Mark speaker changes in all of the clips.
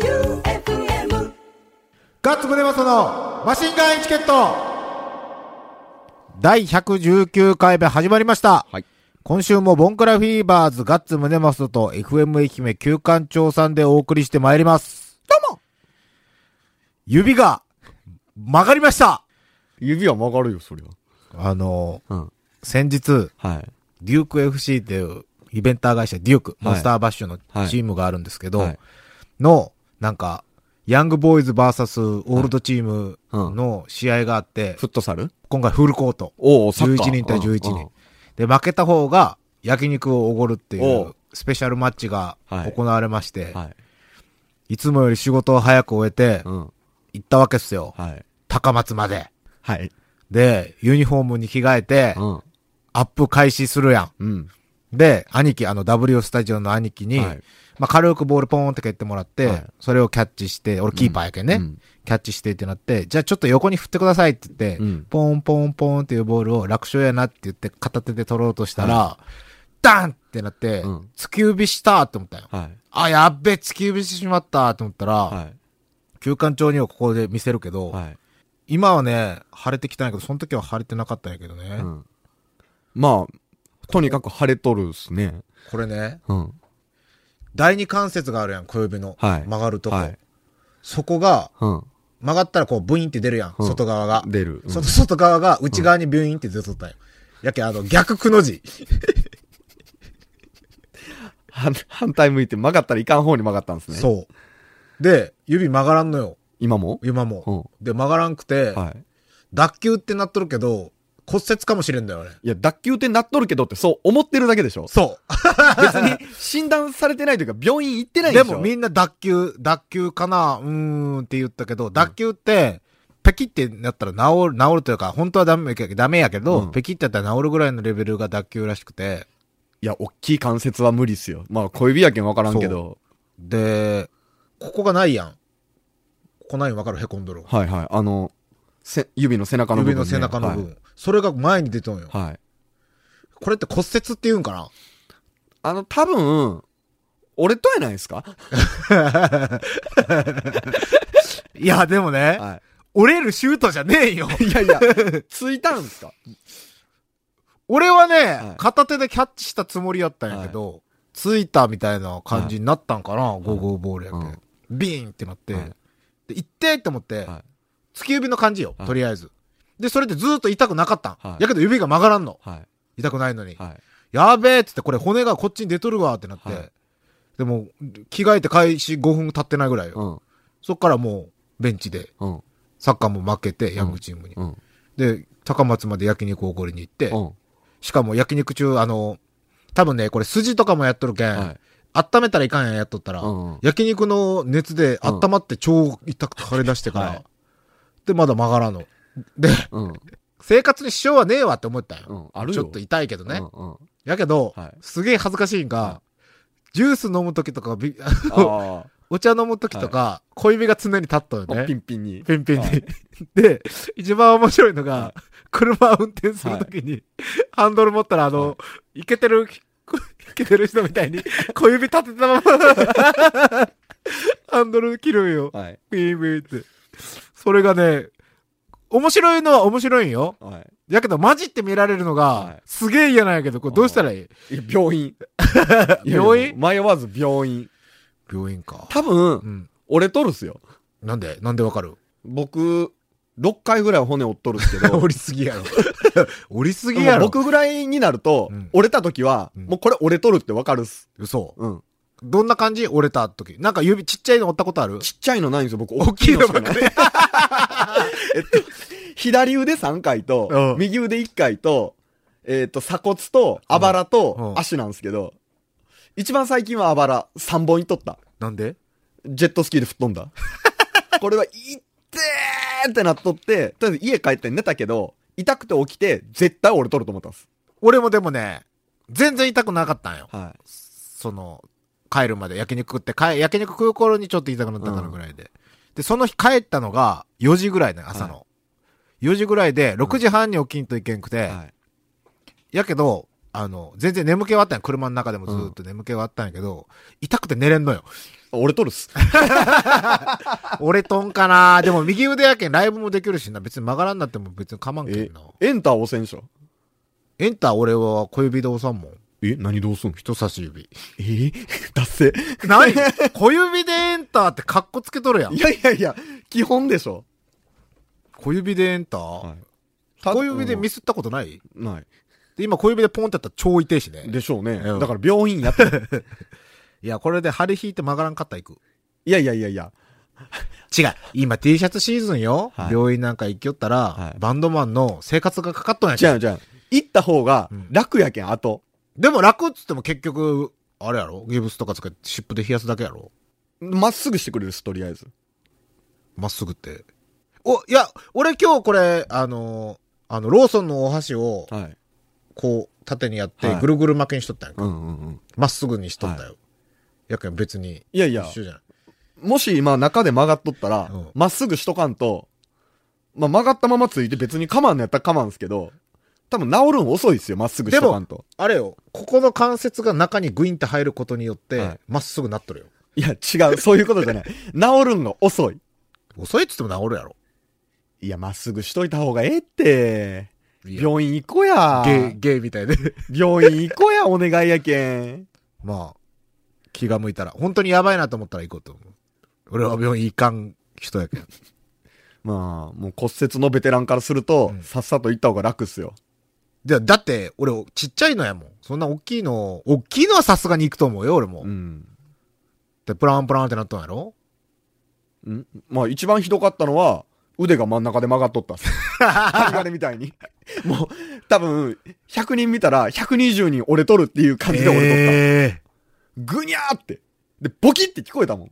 Speaker 1: J-O-E-U-F-M
Speaker 2: ガッツムネマソのマシンガンエチケット第119回目始まりました。
Speaker 3: はい
Speaker 2: 今週もボンクラフィーバーズガッツムネマソと FM 愛媛旧館長さんでお送りしてまいります。どうも指が曲がりました
Speaker 3: 指は曲がるよ、そり
Speaker 2: あの、
Speaker 3: ゃ。うん。
Speaker 2: 先日、
Speaker 3: はい。
Speaker 2: デューク FC っていうイベンター会社、デューク、
Speaker 3: はい
Speaker 2: モンスターバッシュのチームがあるんですけど、
Speaker 3: はい
Speaker 2: の、なんか、ヤングボーイズ VS オールドチームの試合があって、
Speaker 3: フットサル
Speaker 2: 今回フルコート。
Speaker 3: おお、サッカー。
Speaker 2: 11人対11人。
Speaker 3: うんうん
Speaker 2: で、負けた方が焼肉をおごるってい
Speaker 3: お
Speaker 2: う
Speaker 3: う
Speaker 2: スペシャルマッチが
Speaker 3: はい
Speaker 2: 行われまして、
Speaker 3: はい。
Speaker 2: い、つもより仕事を早く終えて
Speaker 3: う、ん。
Speaker 2: 行ったわけっすよ。
Speaker 3: はい。
Speaker 2: 高松まで。
Speaker 3: はい。
Speaker 2: で、ユニフォームに着替えて、
Speaker 3: うん。
Speaker 2: アップ開始するや
Speaker 3: うん。
Speaker 2: ん。で、兄貴、あの W スタジオの兄貴に、
Speaker 3: はい
Speaker 2: まあ、軽くボールポーンって蹴ってもらって、
Speaker 3: はい
Speaker 2: それをキャッチして、俺キーパーやけんね、
Speaker 3: うんうん
Speaker 2: キャッチしてってなって、じゃあちょっと横に振ってくださいって言って、
Speaker 3: うん
Speaker 2: ポンポンポンっていうボールを楽勝やなって言って片手で取ろうとしたら、ダンってなって、
Speaker 3: うん
Speaker 2: 突き指したって思ったよ。
Speaker 3: はい。
Speaker 2: あ、やっべ、突き指してしまったって思ったら、
Speaker 3: は
Speaker 2: 休館長にはここで見せるけ
Speaker 3: い。
Speaker 2: ど、
Speaker 3: はい。
Speaker 2: 今はね、晴れてきたんやけど、その時は晴れてなかったんやけどね、
Speaker 3: うん。まあ、とにかく晴れとるっすね。
Speaker 2: これね、
Speaker 3: うん。
Speaker 2: 第二関節があるやん、小指の。
Speaker 3: はい。
Speaker 2: 曲がるとこ、
Speaker 3: はい。
Speaker 2: そこが、
Speaker 3: うん。
Speaker 2: 曲がったらこうブインって出るやん、
Speaker 3: うん
Speaker 2: 外側が。
Speaker 3: 出る。うん
Speaker 2: その外側が内側にビュインって出とったんよ。やけんあの逆くの字。
Speaker 3: 反反対向いて曲がったらいかん方に曲がったんですね。う。
Speaker 2: そう。で、指曲がらんのよ、
Speaker 3: 今も
Speaker 2: 今も。で、曲がらんくて、
Speaker 3: はい。
Speaker 2: 脱臼ってなっとるけど、骨折かもしれんだよ、あれ。
Speaker 3: いや、脱臼ってなっとるけどってそう思ってるだけでしょ
Speaker 2: そ
Speaker 3: 別に診断されてないというか病院行ってな
Speaker 2: う。
Speaker 3: いで
Speaker 2: で
Speaker 3: しょ
Speaker 2: もみんな脱臼、脱臼かなうーんって言ったけど、脱臼って、ペキってなったら治る、治るというか、本当はダメやけダメやけど、
Speaker 3: うん
Speaker 2: ペキってやったら治るぐらいのレベルが脱臼らしくて、
Speaker 3: いや、大きい関節は無理っすよ。まあ、小指やけんわからんけど。
Speaker 2: で、ここがないやん。ここないんわかるへこんどる。
Speaker 3: はいはい。あの、せ、指の背中の部分、
Speaker 2: 指
Speaker 3: ね。
Speaker 2: の背中の部分。それが前に出とんよ。
Speaker 3: はい。はい。
Speaker 2: これって骨折って言うんかな
Speaker 3: あの、多分、俺とやないですか
Speaker 2: いや、でもね、
Speaker 3: は
Speaker 2: 折れるシュートじゃねえよ。
Speaker 3: い。いやいや、ついたんすか
Speaker 2: 俺はね、
Speaker 3: い
Speaker 2: 片手でキャッチしたつもりやったんやけど、ついたみたいな感じになったんかな、ゴーゴーボールやけ、
Speaker 3: うん
Speaker 2: ビーンってなって、
Speaker 3: はい
Speaker 2: で、行ってって思って、
Speaker 3: は
Speaker 2: 突き指の感じよ、
Speaker 3: はい
Speaker 2: とりあえず。で、それでずーっと痛くなかったん。
Speaker 3: はい
Speaker 2: やけど指が曲がらんの。
Speaker 3: い。はい。
Speaker 2: 痛くないのに。
Speaker 3: はい。
Speaker 2: やべえっつって、これ骨がこっちに出とるわってなって、
Speaker 3: はい
Speaker 2: でも、着替えて開始5分経ってないぐらいよ。
Speaker 3: うん。
Speaker 2: そっからもう、ベンチで、
Speaker 3: うん。
Speaker 2: サッカーも負けて、ヤングチームに。
Speaker 3: うん。
Speaker 2: で、高松まで焼肉をおごりに行って、
Speaker 3: うん。
Speaker 2: しかも焼肉中、あの、多分ね、これ筋とかもやっとるけん、
Speaker 3: はい。
Speaker 2: 温めたらいかんやんやっとったら、
Speaker 3: うんうん
Speaker 2: 焼肉の熱で温まって超痛くて腫れ出してから、
Speaker 3: はい
Speaker 2: で、まだ曲がらんの。で、
Speaker 3: うん。
Speaker 2: 生活に支障はねえわって思ったよ。
Speaker 3: うん。ある
Speaker 2: ち
Speaker 3: よ。
Speaker 2: ょっと痛いけどね。
Speaker 3: うんうん。
Speaker 2: やけど、
Speaker 3: はい
Speaker 2: すげえ恥ずかしいんが、
Speaker 3: は
Speaker 2: ジュース飲むときとか、び
Speaker 3: あ
Speaker 2: お茶飲むときとか、小指が常に立ったよ
Speaker 3: あ、
Speaker 2: ね
Speaker 3: ピ。ンピ ンに。
Speaker 2: ピンピンに。
Speaker 3: はい
Speaker 2: で、一番面白いのが、
Speaker 3: は
Speaker 2: 車を運転するときに、ハンドル持ったら、あの、いけてる、いけてる人みたいに、小指立てたまま、ハンドル切るんよ。
Speaker 3: はい。
Speaker 2: ピンピンって。それがね、面白いのは面白いんよ。
Speaker 3: は
Speaker 2: やけど、マジって見られるのが、
Speaker 3: はい
Speaker 2: すげえ嫌なんやけど、これどうしたらいい
Speaker 3: い。いや病院。いや
Speaker 2: 病院
Speaker 3: 迷わず病院。
Speaker 2: 病院か。
Speaker 3: 多
Speaker 2: う、
Speaker 3: 分
Speaker 2: ん。
Speaker 3: 俺とるっすよ。
Speaker 2: なんでなんでわかる
Speaker 3: 僕、6回ぐらい骨折っとるんです けど。
Speaker 2: りすぎやろ。折りすぎ
Speaker 3: で
Speaker 2: や
Speaker 3: も
Speaker 2: ろ。、
Speaker 3: 僕ぐらいになると、
Speaker 2: うん
Speaker 3: 折れた時は、
Speaker 2: うん
Speaker 3: もうこれ折れとるってわかるっす。
Speaker 2: 嘘。
Speaker 3: うん。
Speaker 2: どんな感じ折れた時。なんか指ちっちゃいの折ったことある
Speaker 3: ちっちゃいのないんですよ、僕。
Speaker 2: 大きいの
Speaker 3: し
Speaker 2: ばっか
Speaker 3: ない
Speaker 2: り。
Speaker 3: えっと、左腕3回と
Speaker 2: う、ん
Speaker 3: 右腕1回と、えっと、鎖骨と、あばら
Speaker 2: うんう
Speaker 3: と、
Speaker 2: ん
Speaker 3: 足なんですけど、一番最近はあばら3本いっとった。
Speaker 2: なんで
Speaker 3: ジェットスキーで吹 っ飛んだ。これは、いってーってなっとって、とりあえず家帰って寝たけど、痛くて起きて、絶対折れとると思ったんです。
Speaker 2: 俺もでもね、全然痛くなかったんよ。
Speaker 3: は
Speaker 2: その、帰るまで焼肉食って、帰焼肉食う頃にちょっと痛くなったからぐらいで。で、その日帰ったのが4時ぐらいね、朝の。4時ぐらいで、6時半に起きんといけんくて、
Speaker 3: い。はい。
Speaker 2: やけど、あの、全然眠気はあったんや。車の中でもずーっと眠気はあったんやけど、痛くて寝れんのよ。
Speaker 3: 俺取るっす。
Speaker 2: 俺とんかなでも右腕やけんライブもできるしな。別に曲がらんなっても別に構わんけ
Speaker 3: え
Speaker 2: んな。、
Speaker 3: エンター押せんしょ。
Speaker 2: エンター俺は小指で押さんもん。
Speaker 3: え、何どうすん
Speaker 2: 人差し指。
Speaker 3: え達成。
Speaker 2: 何 小指でエンターってカッコつけとるやん
Speaker 3: い。やいやいや、基本でしょ。
Speaker 2: 小指でエンター
Speaker 3: はい
Speaker 2: 小指でミ
Speaker 3: ス、
Speaker 2: スったことない
Speaker 3: うんない。
Speaker 2: で今小指でポンってやったら超痛いしね。
Speaker 3: でしょうね。
Speaker 2: うん
Speaker 3: だから病院やってる。
Speaker 2: いや、これで針引いて曲がらんかったら行く。
Speaker 3: いやいやいやいや。
Speaker 2: 違う。今 T シャツシーズンよ。
Speaker 3: はい
Speaker 2: 病院なんか行きよったら、
Speaker 3: はい
Speaker 2: バンドマンの生活がかかっとんや
Speaker 3: じ
Speaker 2: けん
Speaker 3: ゃあじゃあ、行った方が
Speaker 2: うん
Speaker 3: 楽やけん、後。
Speaker 2: でも楽っつっても結局、あれやろギブスとか使って湿布で冷やすだけやろ
Speaker 3: まっすぐしてくれるっす、とりあえず。
Speaker 2: まっすぐって。お、いや、俺今日これ、あのー、あの、ローソンのお箸を、
Speaker 3: はい。
Speaker 2: こう、縦にやって、
Speaker 3: はい
Speaker 2: ぐるぐる巻きにしとったんやんか。
Speaker 3: うんうんうん。
Speaker 2: まっすぐにしとったよ。やけん別に、
Speaker 3: いやい
Speaker 2: 一
Speaker 3: や、
Speaker 2: 緒じゃない。
Speaker 3: もし今中で曲がっとったら
Speaker 2: うん、
Speaker 3: まっすぐしとかんと、まあ、曲がったままついて別にかまんのやったらかまんすけど、多分治るん遅いっすよ、まっすぐしとかんと。
Speaker 2: あれよ、ここの関節が中にグインって入ることによって、ま、
Speaker 3: はい
Speaker 2: っすぐなっとるよ。
Speaker 3: いや、違う、そういうことじゃ ない。治るんが遅い。
Speaker 2: 遅いっつっても治るやろ。
Speaker 3: いや、まっすぐしといた方がええって。
Speaker 2: いや
Speaker 3: 病院行こうや。
Speaker 2: ゲイ、ゲイみたいで。
Speaker 3: 病院行こうや、お願いやけん。
Speaker 2: まあ、気が向いたら。本当にやばいなと思ったら行こうと思う。俺は病院行かん人やけど。
Speaker 3: まあ、もう骨折のベテランからすると、
Speaker 2: うん
Speaker 3: さっさと行った方が楽っすよ。
Speaker 2: じゃあだって、俺、ちっちゃいのやもん。そんな大きいの、大きいのはさすがに行くと思うよ、俺も。
Speaker 3: うん。
Speaker 2: で、プランプランってなったんやろ
Speaker 3: んまあ、一番ひどかったのは、腕が真ん中で曲がっとった っす。針金みたいに。もう、多分、100人見たら、120人俺取るっていう感じで俺取った。
Speaker 2: え
Speaker 3: ぐにゃーって。で、ボキって聞こえたもん。
Speaker 2: ー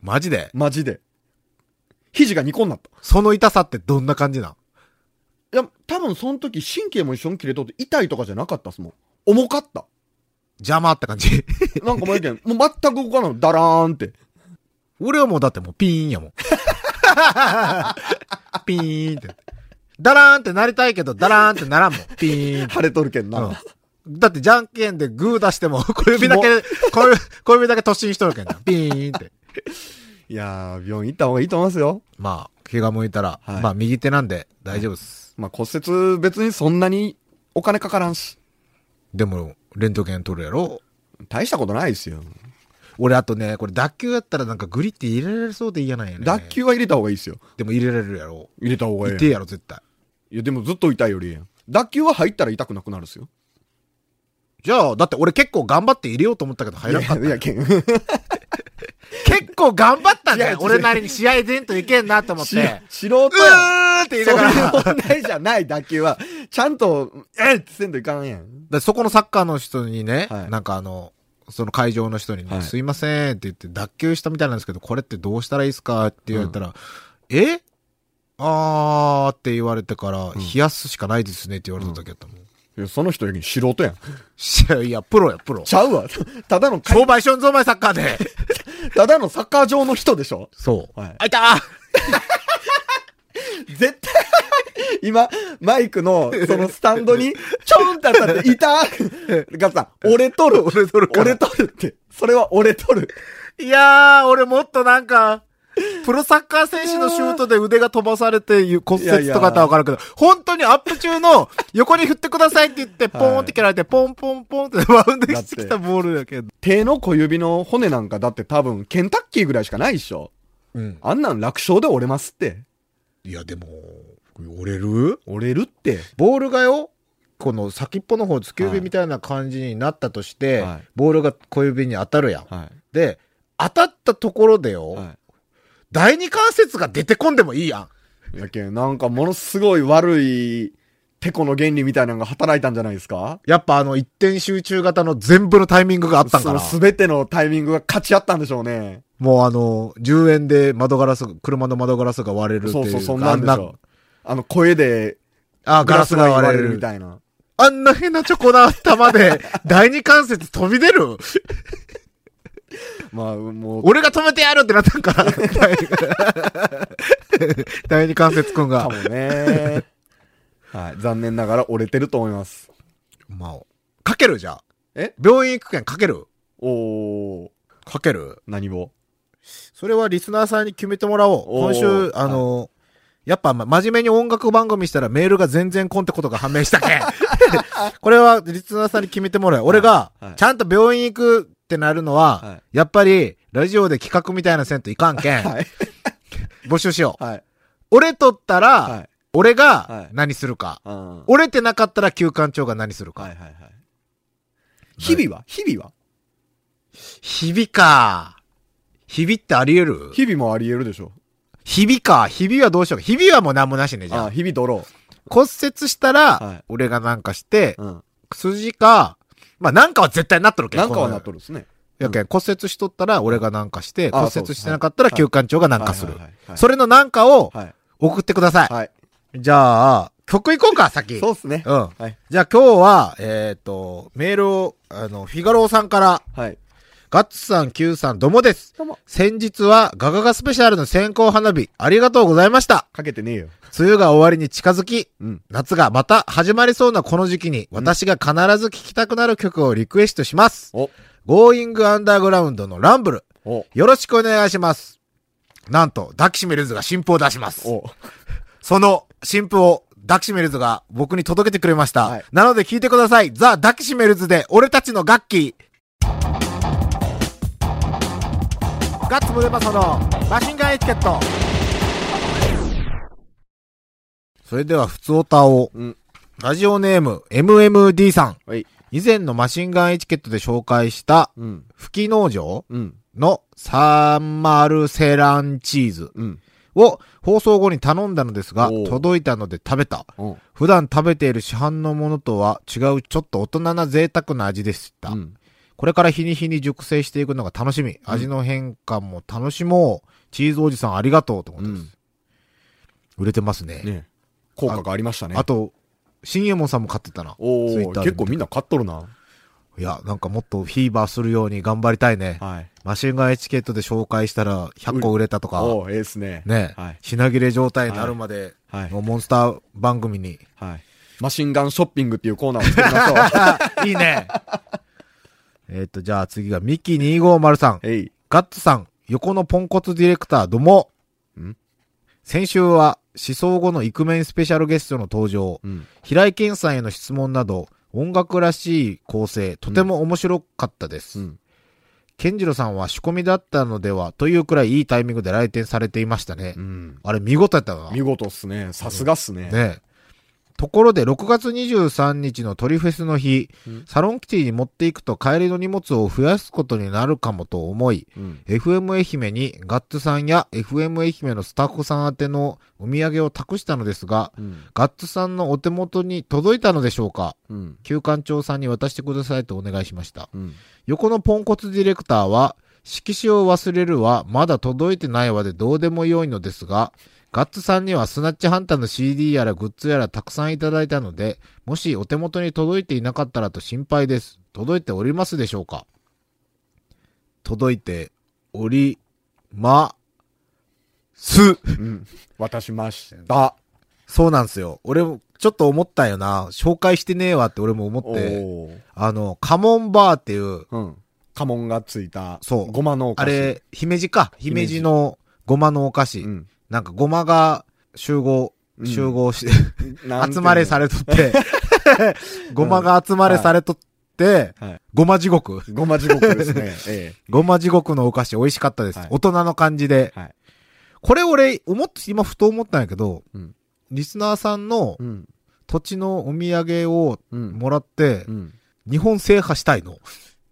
Speaker 2: マジで
Speaker 3: マジで。肘が2個になった。
Speaker 2: その痛さってどんな感じなん
Speaker 3: いや、多分その時神経も一緒に切れとって痛いとかじゃなかったっすもん。重かった。
Speaker 2: 邪魔って感じ。
Speaker 3: なんかもうやけん、もう全く動かないの。ダラーンって。
Speaker 2: 俺はもうだってもうピーンやもん。 ピーンって。ダラーンってなりたいけど、ダラーンってならんもん。ピーンって
Speaker 3: 腫れとるけんな。
Speaker 2: うんだってじゃんけんでグー出しても、 小指だけ
Speaker 3: キ、
Speaker 2: 小指小指だけ突進しとるけんな。ピーンって。
Speaker 3: いやー、病院行った方がいいと思いますよ。
Speaker 2: まあ、気が向いたら、
Speaker 3: はい
Speaker 2: まあ右手なんで大丈夫っす。
Speaker 3: まあ、骨折別にそんなにお金かからんし。
Speaker 2: でも、レントゲン取るやろ
Speaker 3: 大したことないですよ。
Speaker 2: 俺あとね、これ脱臼やったらなんかグリって入れられそうで嫌なんやね。
Speaker 3: 脱臼は入れた方がいいですよ。
Speaker 2: でも入れられるやろ
Speaker 3: 入れた方がいい。
Speaker 2: 痛いやろ、絶対。
Speaker 3: いや、でもずっと痛いよりええやん。脱臼は入ったら痛くなくなるっすよ。
Speaker 2: じゃあ、だって俺結構頑張って入れようと思ったけど入らんかった
Speaker 3: い
Speaker 2: よ
Speaker 3: や、。けん。試
Speaker 2: 結構頑張ったんだ
Speaker 3: 違う違
Speaker 2: よ。
Speaker 3: う
Speaker 2: 俺なりに試合出んといけんなと思って。うー
Speaker 3: 素人やん。
Speaker 2: って言い
Speaker 3: そ
Speaker 2: ながら。
Speaker 3: う
Speaker 2: だ
Speaker 3: い
Speaker 2: か
Speaker 3: う問題じゃない、脱臼は。ちゃんと、えっってせんといかんやん。
Speaker 2: らそこのサッカーの人にね、
Speaker 3: はい
Speaker 2: なんかあの、その会場の人にね、
Speaker 3: はい
Speaker 2: すいませんって言って脱臼したみたいなんですけど、これってどうしたらいいですかって言われたら、えあーって言われてから、冷やすしかないですねって言われただけだったもん。
Speaker 3: いや、その人より素人やん。
Speaker 2: いやいや、プロや、プロ。
Speaker 3: ちゃうわ。 ただの、
Speaker 2: 商売しょんぞ、お前サッカー で。
Speaker 3: ただのサッカー場の人でしょ
Speaker 2: そう。
Speaker 3: はい
Speaker 2: あいたー
Speaker 3: 絶対、 今、マイクの、そのスタンドに、ちょんって当たって、いたがさ、俺取る。俺取る俺取るって。それは俺取る。
Speaker 2: いやー、俺もっとなんか、プロサッカー選手のシュートで腕が飛ばされてゆ骨折とかだったらわかるけど、本当にアップ中の横に振ってくださいって言って、ポーンって蹴られて、ポンポンポンって バウンドしてきたボールやけど。
Speaker 3: 手の小指の骨なんかだって多分、ケンタッキーぐらいしかないでしょ。
Speaker 2: うん。
Speaker 3: あんなん楽勝で折れますって。
Speaker 2: いや、でも、折れる
Speaker 3: 折れるって。
Speaker 2: ボールがよ、この先っぽの方、突き指みたいな感じになったとして、
Speaker 3: はい
Speaker 2: ボールが小指に当たるやん。
Speaker 3: は
Speaker 2: で、当たったところで
Speaker 3: い
Speaker 2: よ、
Speaker 3: は
Speaker 2: 第二関節が出てこんでもいいやん。
Speaker 3: い。やけん、なんかものすごい悪い、てこの原理みたいなのが働いたんじゃないですか
Speaker 2: やっぱあの一点集中型の全部のタイミングがあったんかな。
Speaker 3: すべてのタイミングが勝ち合ったんでしょうね。
Speaker 2: もうあの、10円で窓ガラス、車の窓ガラスが割れるって
Speaker 3: そ
Speaker 2: いうう。
Speaker 3: そう、そんなんでし
Speaker 2: あ
Speaker 3: ょ。あの、声で、
Speaker 2: あ、ガラスが割れる
Speaker 3: みたいな。
Speaker 2: あんな変なチョコな玉で、第二関節飛び出る
Speaker 3: まあ、もう、
Speaker 2: 俺が止めてやるってなったんかな。 第二関節くんが
Speaker 3: かも。ね。はい。残念ながら折れてると思います。
Speaker 2: まあ、かけるじゃあ
Speaker 3: え
Speaker 2: 病院行くけんかける
Speaker 3: おー、
Speaker 2: かける
Speaker 3: 何を
Speaker 2: それはリスナーさんに決めてもらおう。
Speaker 3: お
Speaker 2: 今
Speaker 3: ー
Speaker 2: 週、あの、やっぱ、ま真面目に音楽番組したらメールが全然来んってことが判明した ね。これはリスナーさんに決めてもらう。俺が
Speaker 3: はい、
Speaker 2: ちゃんと病院行くってなるのは、
Speaker 3: はい
Speaker 2: やっぱり、ラジオで企画みたいなせんといかんけん、
Speaker 3: はい。
Speaker 2: 募集しよう。
Speaker 3: はい。
Speaker 2: 俺とったら、
Speaker 3: はい。
Speaker 2: 俺
Speaker 3: は
Speaker 2: が
Speaker 3: い
Speaker 2: 何するか。
Speaker 3: うん
Speaker 2: 折れてなかったら休館長が何するか。
Speaker 3: はいはいはい。日々は日々は
Speaker 2: 日々か。日々ってあり得る
Speaker 3: 日々もあり得るでしょ。
Speaker 2: 日々か。日々はどうしようか。日々はもう何もなしね、じゃあ
Speaker 3: ああ、日々ドロ
Speaker 2: 骨折したら、
Speaker 3: はい
Speaker 2: 俺がなんかして、
Speaker 3: ー。うん。
Speaker 2: 筋か、まあなんかは絶対なっとるけん。
Speaker 3: なんかはなっと
Speaker 2: る。
Speaker 3: るですね。
Speaker 2: やけん、骨折しとったら俺がなんかして、
Speaker 3: あ
Speaker 2: 骨
Speaker 3: そうで
Speaker 2: 折
Speaker 3: す
Speaker 2: してなかったら
Speaker 3: はい
Speaker 2: 休館長がなんかする
Speaker 3: はいはいはいは。い
Speaker 2: それのなんかを
Speaker 3: はい。
Speaker 2: 送ってください。
Speaker 3: はい。
Speaker 2: じゃあ、曲いこうか、先。
Speaker 3: そうっすね。
Speaker 2: うん。
Speaker 3: はい。
Speaker 2: じゃあ今日は、えっ、と、メールを、あの、フィガローさんから、
Speaker 3: はい。
Speaker 2: ガッツさん、キューさん、どうもです。
Speaker 3: どうも。
Speaker 2: 先日はガガガスペシャルの線香花火、ありがとうございました。
Speaker 3: かけてねえよ。
Speaker 2: 梅雨が終わりに近づき、
Speaker 3: うん。
Speaker 2: 夏がまた始まりそうなこの時期に、私が必ず聴きたくなる曲をリクエストします。
Speaker 3: お、
Speaker 2: Going Underground のランブル。
Speaker 3: お、
Speaker 2: よろしくお願いします。なんと、ダキシメルズが新譜を出します。
Speaker 3: お。
Speaker 2: その新譜をダキシメルズが僕に届けてくれました。
Speaker 3: はい
Speaker 2: なので聴いてください。ザ・ダキシメルズで俺たちの楽器。ガッツムデパソのマシンガンエチケット。それでは、普通オタを。
Speaker 3: うん。
Speaker 2: ラジオネーム、MMD さん。
Speaker 3: はい。
Speaker 2: 以前のマシンガンエチケットで紹介した、
Speaker 3: うん。
Speaker 2: 吹き農場
Speaker 3: うん。
Speaker 2: のサンマルセランチーズ
Speaker 3: うん。
Speaker 2: を放送後に頼んだのですが、
Speaker 3: おう
Speaker 2: 届いたので食べた。
Speaker 3: お
Speaker 2: 普段食べている市販のものとは違うちょっと大人な贅沢な味でした。
Speaker 3: うん。
Speaker 2: これから日に日に熟成していくのが楽しみ。味の変化も楽しもう。チーズおじさんありがとうと思ってます。売れてますね。
Speaker 3: ね効果がありましたね。
Speaker 2: あと、新右衛門さんも買ってたな。
Speaker 3: お
Speaker 2: ツイッタ
Speaker 3: ー
Speaker 2: ーで
Speaker 3: 結構みんな買っとるな。
Speaker 2: いや、なんかもっとフィーバーするように頑張りたいね。
Speaker 3: はい。
Speaker 2: マシンガンエチケットで紹介したら100個売れたとか、
Speaker 3: おーええっすね。
Speaker 2: ね、
Speaker 3: はい。
Speaker 2: 品切れ状態になるまで
Speaker 3: はいはい
Speaker 2: のモンスター番組に。
Speaker 3: はい。マシンガンショッピングっていうコーナーを作りましょう。
Speaker 2: あいいね。 えっと、じゃあ次がミキ250さん。
Speaker 3: えい。
Speaker 2: ガッツさん、横のポンコツディレクターどうも。
Speaker 3: ん
Speaker 2: 先週は思想後のイクメンスペシャルゲストの登場。
Speaker 3: うん。
Speaker 2: 平井堅さんへの質問など、音楽らしい構成、とても面白かったです。
Speaker 3: うん。
Speaker 2: 健次郎さんは仕込みだったのではというくらいいいタイミングで来店されていましたね。
Speaker 3: うん。
Speaker 2: あれ見事やったな。
Speaker 3: 見事っすね。さすがっす
Speaker 2: ね
Speaker 3: ね。
Speaker 2: えところで6月23日の鳥フェスの日、
Speaker 3: うん
Speaker 2: サロンキティに持っていくと帰りの荷物を増やすことになるかもと思い、
Speaker 3: うん。
Speaker 2: FM 愛媛にガッツさんや FM 愛媛のスタッフさん宛てのお土産を託したのですが、
Speaker 3: うん。
Speaker 2: ガッツさんのお手元に届いたのでしょうか
Speaker 3: うん。
Speaker 2: 旧館長さんに渡してくださいとお願いしました。
Speaker 3: うん。
Speaker 2: 横のポンコツディレクターは、色紙を忘れるは、まだ届いてないわでどうでもよいのですが、ガッツさんにはスナッチハンターの CD やらグッズやらたくさんいただいたので、もしお手元に届いていなかったらと心配です。届いておりますでしょうか届いており、ま、す。
Speaker 3: うん。渡しま した。
Speaker 2: そうなんですよ。俺も、ちょっと思ったよな。紹介してねえわって俺も思
Speaker 3: お
Speaker 2: って、
Speaker 3: ー
Speaker 2: あの、カモンバーっていう、
Speaker 3: うん。家紋がついた。
Speaker 2: そう
Speaker 3: ごまのお菓
Speaker 2: あ
Speaker 3: 子。
Speaker 2: れ、姫路か。姫路のごまのお菓子。
Speaker 3: うん。
Speaker 2: なんかごまが集合、
Speaker 3: うん
Speaker 2: 集合して、
Speaker 3: なんてい
Speaker 2: 集
Speaker 3: うの
Speaker 2: まれされと って、ごまが集まれされとって、
Speaker 3: はい。
Speaker 2: ごま地獄。
Speaker 3: ごま地獄ですね。え
Speaker 2: ごま地獄のお菓子美味しかったです。
Speaker 3: はい
Speaker 2: 大人の感じで。
Speaker 3: え。はい。
Speaker 2: これ俺、思って、今ふと思ったんやけど、
Speaker 3: うん
Speaker 2: リスナーさんの
Speaker 3: うん。
Speaker 2: 土地のお土産を
Speaker 3: うん。
Speaker 2: もらって
Speaker 3: う、ん。
Speaker 2: 日本制覇したいの。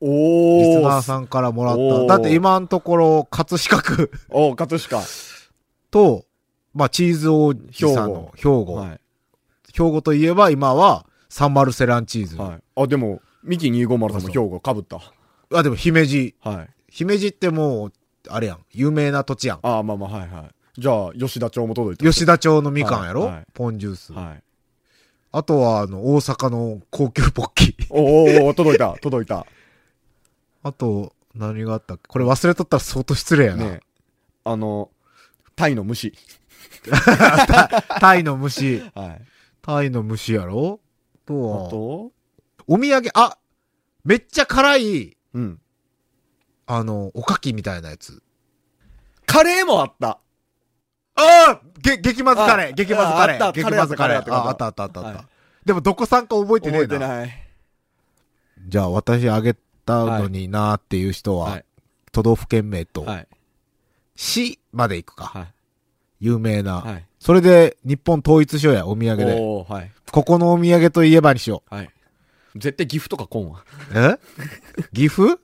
Speaker 3: お
Speaker 2: リス
Speaker 3: ー。
Speaker 2: ナーさんからもらった
Speaker 3: お。ー
Speaker 2: だって今のところ、葛飾区
Speaker 3: おー、葛飾。
Speaker 2: と、まあ、チーズ王子さんの兵庫。
Speaker 3: は
Speaker 2: 兵庫といえば今はサンマルセランチーズ。
Speaker 3: い。はい。あ、でも、ミキ250さんも兵庫かぶった。
Speaker 2: あ、でも姫路。
Speaker 3: はい。
Speaker 2: 姫路ってもう、あれやん。有名な土地やん。
Speaker 3: あーまあまあ、はいはい。じゃあ、吉田町も届いてる
Speaker 2: 吉田町のみかんやろ、
Speaker 3: はいはい
Speaker 2: ポンジュース。
Speaker 3: はい。
Speaker 2: あとは、あの、大阪の高級ポッキー。
Speaker 3: おーおー、届い た、届いた。
Speaker 2: あと、何があったっけこれ忘れとったら相当失礼やな。
Speaker 3: ねえあの、タイの虫。
Speaker 2: タイの虫。
Speaker 3: はい。
Speaker 2: タイの虫やろあと
Speaker 3: あ
Speaker 2: は、
Speaker 3: と
Speaker 2: お土産、あめっちゃ辛い、
Speaker 3: うん。
Speaker 2: あの、おかきみたいなやつ。
Speaker 3: カレーもあった。
Speaker 2: ああげ、激まずカレー、
Speaker 3: あ
Speaker 2: 激まずカレー。
Speaker 3: ああった
Speaker 2: 激まずカレー。
Speaker 3: カレーあった
Speaker 2: ああったあったあったあっ
Speaker 3: は
Speaker 2: た。でもどこさんか覚えてね
Speaker 3: 覚
Speaker 2: え
Speaker 3: えて
Speaker 2: な。
Speaker 3: ない。
Speaker 2: じゃあ私あげたのになーっていう人
Speaker 3: は、
Speaker 2: はい都道府県名と、
Speaker 3: はい。
Speaker 2: 市まで行くか。
Speaker 3: はい。
Speaker 2: 有名
Speaker 3: は。
Speaker 2: ないそれで、日本統一書やお土産で。
Speaker 3: おーはい。
Speaker 2: ここのお土産といえばにしよ
Speaker 3: はい。絶対岐阜とか来んわ。
Speaker 2: う。え岐阜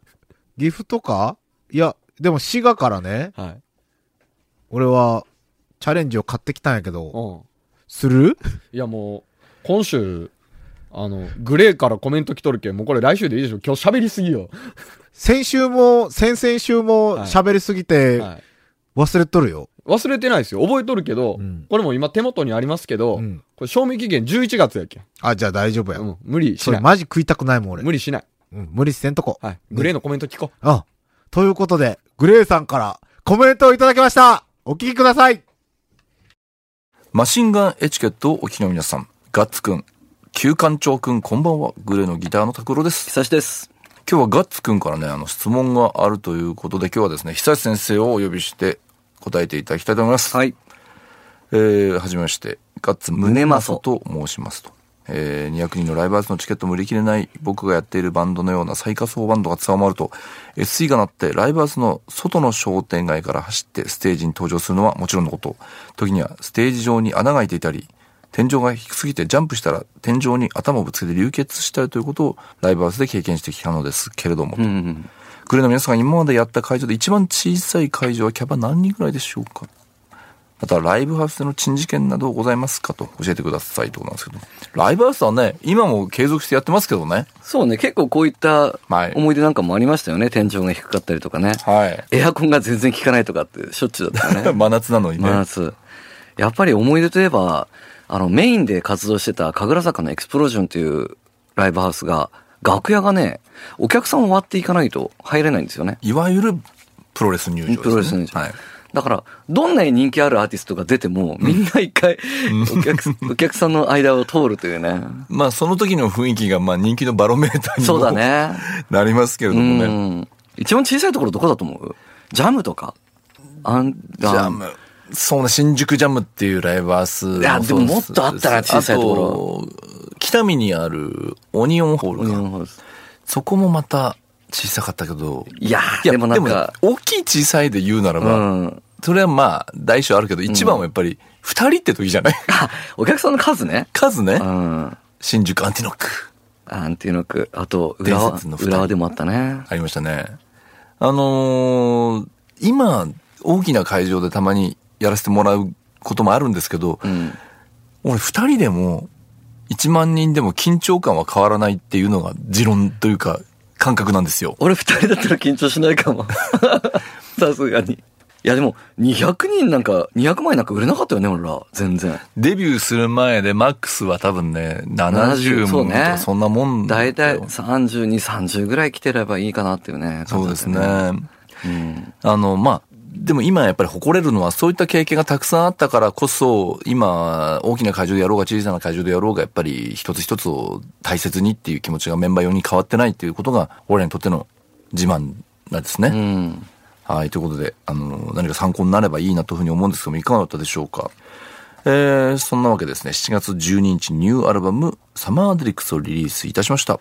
Speaker 2: 岐阜とかいや、でも滋賀からね、
Speaker 3: はい。
Speaker 2: 俺は、チャレンジを買ってきたんやけど、
Speaker 3: うん。
Speaker 2: する
Speaker 3: いやもう、今週、あの、グレーからコメント来とるけん、もうこれ来週でいいでしょ。今日喋りすぎよ。
Speaker 2: 先週も、先々週も喋りすぎて、
Speaker 3: はい。
Speaker 2: 忘れとるよ。
Speaker 3: 忘れてないですよ。覚えとるけど、
Speaker 2: うん
Speaker 3: これも今手元にありますけど、
Speaker 2: うん
Speaker 3: これ賞味期限11月やけん。
Speaker 2: あ、じゃあ大丈夫や。
Speaker 3: うん。無理し
Speaker 2: そ
Speaker 3: な
Speaker 2: れ
Speaker 3: い。
Speaker 2: マジ食いたくないもん俺。
Speaker 3: 無理しない。
Speaker 2: うん、無理せんとこ。
Speaker 3: はい。グレーのコメント聞こう。
Speaker 2: あ、ということで、グレイさんからコメントをいただきましたお聞きください
Speaker 4: マシンガンエチケットをお聞きの皆さん、ガッツくん、旧館長くんこんばんは、グレーのギターの拓郎です。
Speaker 5: 久しです。
Speaker 4: 今日はガッツくんからね、あの質問があるということで、今日はですね、久石先生をお呼びして答えていただきたいと思います。
Speaker 5: はい。
Speaker 4: えー、はじめまして、ガッツムネマソと申しますと。えー、200人のライブハウスのチケットも売り切れない僕がやっているバンドのような最下層バンドが伝わると、SE が鳴ってライブハウスの外の商店街から走ってステージに登場するのはもちろんのこと、時にはステージ上に穴が開いていたり、天井が低すぎてジャンプしたら天井に頭をぶつけて流血したりということをライブハウスで経験してきたのですけれども、
Speaker 5: うん。
Speaker 4: グレーの皆さんが今までやった会場で一番小さい会場はキャパ何人ぐらいでしょうかまたライブハウスでの珍事件などございますかと教えてくださいということなんですけど。ライブハウスはね、今も継続してやってますけどね。
Speaker 5: そうね、結構こういった
Speaker 4: はい
Speaker 5: 思い出なんかもありましたよね。天井が低かったりとかね。
Speaker 4: はい。
Speaker 5: エアコンが全然効かないとかってしょっちゅうだったよね。
Speaker 4: 真夏なの にね。
Speaker 5: 真夏。やっぱり思い出といえば、あの、メインで活動してた神楽坂のエクスプロージョンというライブハウスが、楽屋がね、お客さんを割っていかないと入れないんですよね。
Speaker 4: いわゆるプロレス入場です、ね。
Speaker 5: プロレス入場
Speaker 4: はい。
Speaker 5: だから、どんなに人気あるアーティストが出ても、みんな 一回、お客さん、お客さんの間を通るというね。
Speaker 4: まあその時の雰囲気がまあ人気のバロメーターにも
Speaker 5: そうだね。
Speaker 4: なりますけれどもね。
Speaker 5: うん一番小さいところどこだと思うジャムとかアン
Speaker 4: ジ
Speaker 5: ダー
Speaker 4: ャム。そうね、新宿ジャムっていうライブハウスもそうす。
Speaker 5: いやでももっとあったな小さいとこ
Speaker 4: ろ。北見にあるオニオンホー
Speaker 5: オ
Speaker 4: ル
Speaker 5: ニ
Speaker 4: か
Speaker 5: オンホールズ
Speaker 4: そこもまた小さかったけど。
Speaker 5: いやーでもなんか、
Speaker 4: 大きい小さいで言うならば、
Speaker 5: うん
Speaker 4: それはまあ、大小あるけど、一番はやっぱり、二人って時じゃない
Speaker 5: あお客さんの数ね
Speaker 4: 数ね
Speaker 5: う、ん
Speaker 4: 新宿アンティノック。
Speaker 5: アンティノクあと浦和
Speaker 4: 伝説の二人
Speaker 5: 浦和でもあったね
Speaker 4: ありましたね。あのー今、大きな会場でたまにやらせてもらうこともあるんですけど、
Speaker 5: うん
Speaker 4: 俺二人でも、一万人でも緊張感は変わらないっていうのが、持論というか、感覚なんですよ。
Speaker 5: 俺二人だったら緊張しないかも さすがにいやでも200人なんか200枚なんか売れなかったよね俺ら全然
Speaker 4: デビューする前でマックスは多分ね、70
Speaker 5: そう
Speaker 4: もと
Speaker 5: ね
Speaker 4: かそんなもんだよ
Speaker 5: 大体3230ぐらい来てればいいかなっていうね
Speaker 4: そうですね。
Speaker 5: 感
Speaker 4: あの、まあ、でも今やっぱり誇れるのはそういった経験がたくさんあったからこそ、今、大きな会場でやろうが小さな会場でやろうが、やっぱり一つ一つを大切にっていう気持ちがメンバー用に変わってないっていうことが、俺らにとっての自慢なんですね。
Speaker 5: じだよねうん
Speaker 4: はい、ということで、あの、何か参考になればいいなというふうに思うんですけども、いかがだったでしょうか。えー、そんなわけですね、7月12日ニューアルバム、サマーデリックスをリリースいたしました。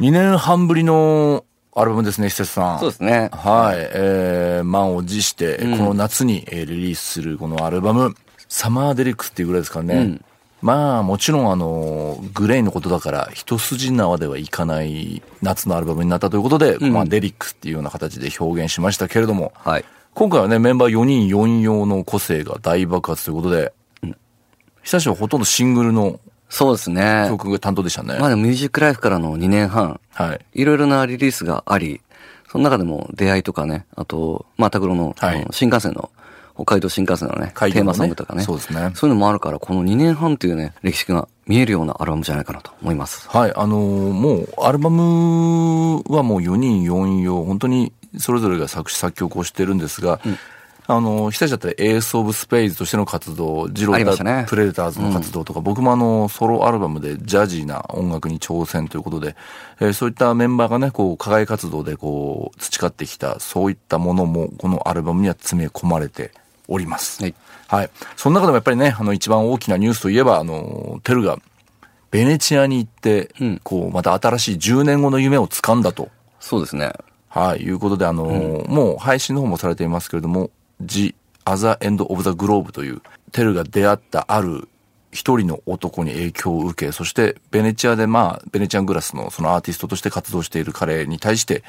Speaker 4: 2年半ぶりのアルバムですね、施設さん。
Speaker 5: そうですね
Speaker 4: はい、えー、満を持して、この夏に、えーリリースするこのアルバム、サマーデリックスっていうぐらいですからね。
Speaker 5: うん
Speaker 4: まあ、もちろんあの、グレイのことだから、一筋縄ではいかない夏のアルバムになったということで、
Speaker 5: ん
Speaker 4: まあ、デリックスっていうような形で表現しましたけれども、
Speaker 5: はい
Speaker 4: 今回はね、メンバー4人4用の個性が大爆発ということで、久しぶりはほとんどシングルの
Speaker 5: そうですね
Speaker 4: 曲が担当でしたね。
Speaker 5: まあでもミュージックライフからの2年半、
Speaker 4: はい。
Speaker 5: いろいろなリリースがあり、その中でも出会いとかね、あと、まあ、拓郎の、
Speaker 4: はい
Speaker 5: あの新幹線の、北海道新幹線のね、
Speaker 4: 開業
Speaker 5: テー
Speaker 4: のね
Speaker 5: マソングとかね。
Speaker 4: そうですね
Speaker 5: そういうのもあるから、この2年半というね、歴史が見えるようなアルバムじゃないかなと思います。
Speaker 4: はい、あのーもう、アルバムはもう4人4用、本当にそれぞれが作詞作曲をしてるんですが、あの、被災者だったらエース・オブ・スペイズとしての活動、ジロ
Speaker 5: ありま
Speaker 4: ー
Speaker 5: したね
Speaker 4: プレデターズの活動とか、僕もあの、ソロアルバムでジャジーな音楽に挑戦ということで、えーそういったメンバーがね、こう、課外活動でこう、培ってきた、そういったものも、このアルバムには詰め込まれております。
Speaker 5: はい。
Speaker 4: はい。その中でもやっぱりね、あの、一番大きなニュースといえば、あの、テルが、ベネチアに行って、
Speaker 5: うん
Speaker 4: こう、また新しい10年後の夢を掴んだと。
Speaker 5: そうですね。
Speaker 4: はい、いうことで、あのーもう配信の方もされていますけれども、The Other End of the Globe という、テルが出会ったある一人の男に影響を受け、そしてベネチアでまあ、ベネチアングラスのそのアーティストとして活動している彼に対して、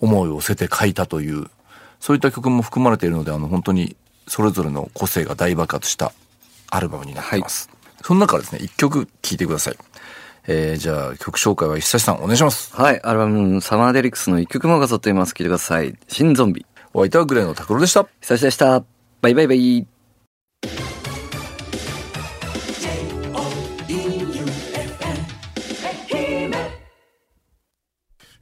Speaker 4: 思いを寄せて書いたという、そういった曲も含まれているので、あの、本当にそれぞれの個性が大爆発したアルバムになっています。その中からですね、一曲聴いてください。えー、じゃあ曲紹介は久志さんお願いします。
Speaker 5: はい、アルバム、サマーデリックスの一曲も飾っています。聴いてください。新ゾンビ。
Speaker 4: お相手はグレーの拓郎でした。
Speaker 5: 久々でした。バイバイバイ。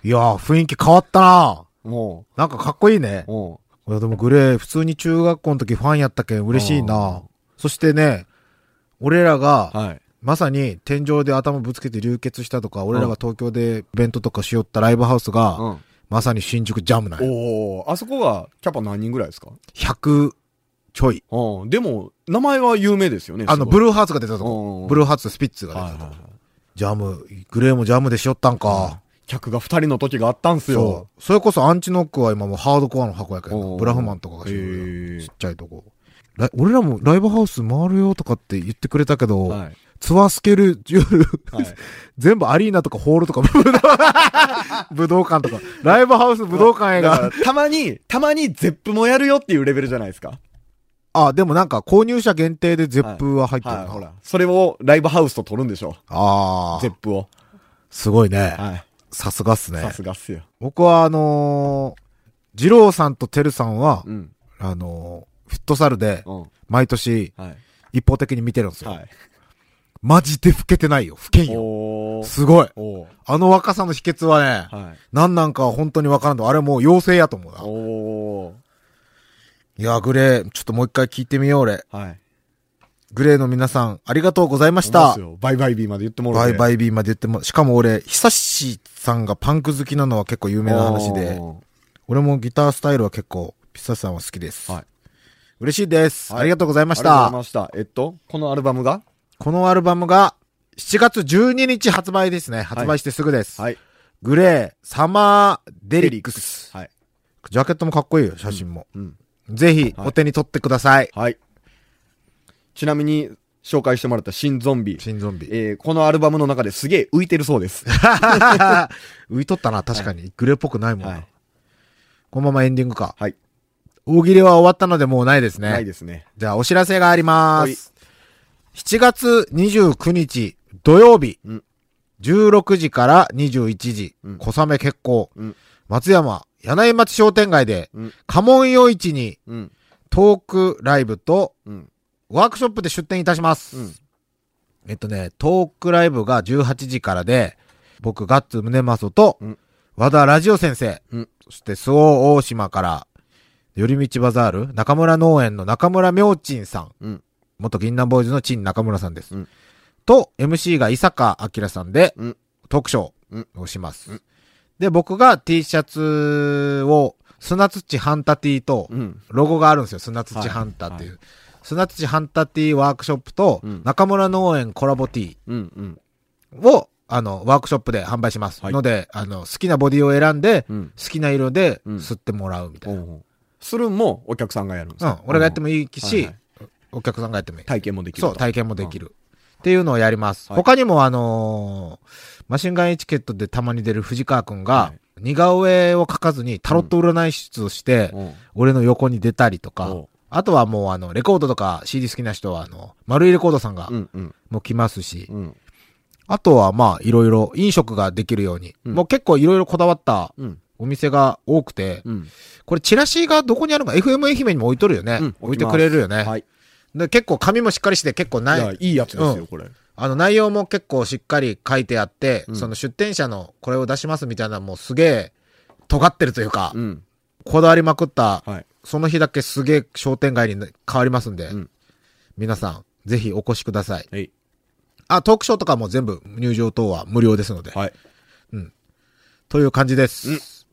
Speaker 2: いやー、雰囲気変わったな
Speaker 3: も
Speaker 2: なんかかっこいいね
Speaker 3: う、。も
Speaker 2: いや、でもグレー、普通に中学校の時ファンやったけん嬉しいなそしてね、俺らが、
Speaker 3: う。はい。
Speaker 2: まさに天井で頭ぶつけて流血したとか、俺らが東京でイベントとかしよったライブハウスが、
Speaker 3: うん。
Speaker 2: まさに新宿ジャムなんよ
Speaker 3: おおあそこがキャパ何人ぐらいですか
Speaker 2: 100ちょい。
Speaker 3: うん。でも、名前は有名ですよね。
Speaker 2: あの、ブ
Speaker 3: ル
Speaker 2: ルーハーツが出たと
Speaker 3: うんうんう
Speaker 2: こ
Speaker 3: ん。
Speaker 2: ブルーハーツとスピッツが出
Speaker 3: はい
Speaker 2: た
Speaker 3: はい
Speaker 2: と
Speaker 3: は
Speaker 2: こ
Speaker 3: い。。
Speaker 2: ジャム、グレーもジャムでしよったんか。
Speaker 3: 客が二人の時があったんすよ
Speaker 2: そ。う。それこそアンチノックは今もうハードコアの箱やけ
Speaker 3: おうお
Speaker 2: ど、
Speaker 3: う
Speaker 2: ブラフマンとかがしよ
Speaker 3: へ
Speaker 2: る
Speaker 3: ー
Speaker 2: よちっちゃいとこ。ら俺らもライブハウス回るよとかって言ってくれたけど、
Speaker 3: はい。
Speaker 2: ツアースケール、ジュール、
Speaker 3: はい。
Speaker 2: 全部アリーナとかホールとか、 武道武道館とか、ライブハウス武道館へ
Speaker 3: だから
Speaker 2: が、
Speaker 3: たまに、たまにゼップもやるよっていうレベルじゃないですか。
Speaker 2: あ、でもなんか購入者限定でゼップは入ってるな。
Speaker 3: はい、ほら。それをライブハウスと取るんでしょ。
Speaker 2: あ
Speaker 3: ゼ
Speaker 2: あ
Speaker 3: ッ、プを。
Speaker 2: すごいね。
Speaker 3: は
Speaker 2: さすがっす
Speaker 3: い。
Speaker 2: ね
Speaker 3: さ。すがっすよ。
Speaker 2: 僕はあのー、二郎さんとてるさんは、
Speaker 3: うん。
Speaker 2: あのー、フットサルで、
Speaker 3: うん。
Speaker 2: 毎年、
Speaker 3: はい。
Speaker 2: 一方的に見てるんですよ。
Speaker 3: はい。
Speaker 2: マジで老けてないよ。老けんよ。
Speaker 3: おー。
Speaker 2: すごい。
Speaker 3: おー。
Speaker 2: あの若さの秘訣はね、
Speaker 3: はい。
Speaker 2: 何なんかは本当にわからんと、あれもう妖精やと思うな。
Speaker 3: おー。
Speaker 2: いや、グレー、ちょっともう一回聞いてみよう、俺。
Speaker 3: はい。
Speaker 2: グレーの皆さん、ありがとうございまし
Speaker 3: そうったす。よバイバイビーまで言ってもら
Speaker 2: バイバ
Speaker 3: イ
Speaker 2: イビーまで言っても、しかも俺、久しさんがパンク好きなのは結構有名な話で、俺もギタースタイルは結構、ピサさんは好きです。
Speaker 3: はい
Speaker 2: 嬉しいです、
Speaker 3: はい
Speaker 2: ありがとうございまし
Speaker 3: ありがとうござい
Speaker 2: た。
Speaker 3: ました。えっと、このアルバムが
Speaker 2: このアルバムが、7月12日発売ですね。発売してすぐです。
Speaker 3: はい。
Speaker 2: グレー、サマーデリックス。
Speaker 3: はい。
Speaker 2: ジャケットもかっこいいよ、写真も。
Speaker 3: うん。
Speaker 2: ぜひ、
Speaker 3: はい
Speaker 2: お手に取ってください。
Speaker 3: はい。ちなみに、紹介してもらった新ゾンビ。
Speaker 2: 新ゾンビ。
Speaker 3: えー、このアルバムの中ですげえ浮いてるそうです。
Speaker 2: 浮いとったな、確かに。グレーっぽくないもんな、
Speaker 3: はい
Speaker 2: このままエンディングか。
Speaker 3: はい。
Speaker 2: 大喜利は終わったのでもうないですね。
Speaker 3: ないですね。
Speaker 2: じゃあ、お知らせがあります。7月29日土曜日、
Speaker 3: うん
Speaker 2: 16時から21時、
Speaker 3: うん
Speaker 2: 小雨決行、
Speaker 3: うん
Speaker 2: 松山、柳井町商店街で、
Speaker 3: うん
Speaker 2: 家紋夜市に
Speaker 3: うん。
Speaker 2: トークライブと
Speaker 3: うん。
Speaker 2: ワークショップで出店いたします。
Speaker 3: うん
Speaker 2: えっとね、トークライブが18時からで、僕、ガッツムネマソと、
Speaker 3: うん
Speaker 2: 和田ラジオ先生、
Speaker 3: うん
Speaker 2: そして、周防大島から、寄り道バザール、中村農園の中村明珍さん、
Speaker 3: うん
Speaker 2: 元銀杏ボーイズの陳中村さんです。
Speaker 3: うん
Speaker 2: と、MC が伊坂明さんで、
Speaker 3: うん
Speaker 2: トークショ
Speaker 3: うん
Speaker 2: ーをします。で、僕が T シャツを、砂土ハンタティと、
Speaker 3: うん。
Speaker 2: ロゴがあるんですよ。砂土ハンタっていう。砂土ハンタティーワークショップと
Speaker 3: うん、
Speaker 2: 中村農園コラボティ
Speaker 3: うん。うん。
Speaker 2: ーを、あの、ワークショップで販売します。
Speaker 3: はい
Speaker 2: ので、あの、好きなボディを選んで、
Speaker 3: うん。
Speaker 2: 好きな色で
Speaker 3: うん
Speaker 2: 吸ってもらうみたいな。
Speaker 3: おうするんもお客さんがやるんです
Speaker 2: うん、俺がやってもいい
Speaker 3: はい
Speaker 2: し
Speaker 3: はい、
Speaker 2: お客さんがやってもいい。
Speaker 3: 体験もできる
Speaker 2: そう、体験もできる。っていうのをやります。
Speaker 3: はい
Speaker 2: 他にもあのーマシンガンエチケットでたまに出る藤川くん
Speaker 3: は
Speaker 2: が
Speaker 3: い、
Speaker 2: 似顔絵を描かずにタロット占い室をして、
Speaker 3: うん
Speaker 2: 俺の横に出たりとか
Speaker 3: おう、
Speaker 2: あとはもうあの、レコードとか CD 好きな人はあの、丸いレコードさんが
Speaker 3: うんうん
Speaker 2: もう来ますし、
Speaker 3: うん
Speaker 2: あとはまあいろいろ飲食ができるように、
Speaker 3: うん
Speaker 2: もう結構いろいろこだわった
Speaker 3: うん
Speaker 2: お店が多くて、
Speaker 3: うん
Speaker 2: これチラシがどこにあるのか FM 愛媛にも置いとるよね。
Speaker 3: うん
Speaker 2: 置いてくれるよね。
Speaker 3: はいい
Speaker 2: で結構紙もしっかりして結構ない
Speaker 3: やいいやつで
Speaker 2: う
Speaker 3: すよ
Speaker 2: ん
Speaker 3: これ
Speaker 2: あの内容も結構しっかり書いてあって、
Speaker 3: うん
Speaker 2: その出店者のこれを出しますみたいなのもすげえ尖ってるというか、
Speaker 3: うん
Speaker 2: こだわりまくった
Speaker 3: はい
Speaker 2: その日だけすげえ商店街に変わりますんで、
Speaker 3: ん
Speaker 2: 皆さん、ぜひお越しください。
Speaker 3: はい。
Speaker 2: あ、トークショーとかも全部入場等は無料ですので、
Speaker 3: はい。
Speaker 2: という感じです。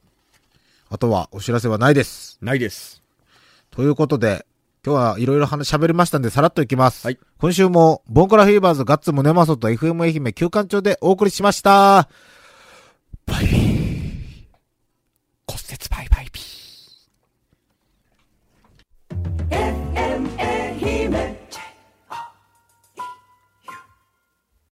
Speaker 2: あとはお知らせはないです。
Speaker 3: ないです。
Speaker 2: ということで、今日はいろいろ話喋りましたんで、さらっといきます。
Speaker 3: はい
Speaker 2: 今週も、ボンクラフィーバーズガッツムネマソと FM 愛媛休館中でお送りしました。バイビー。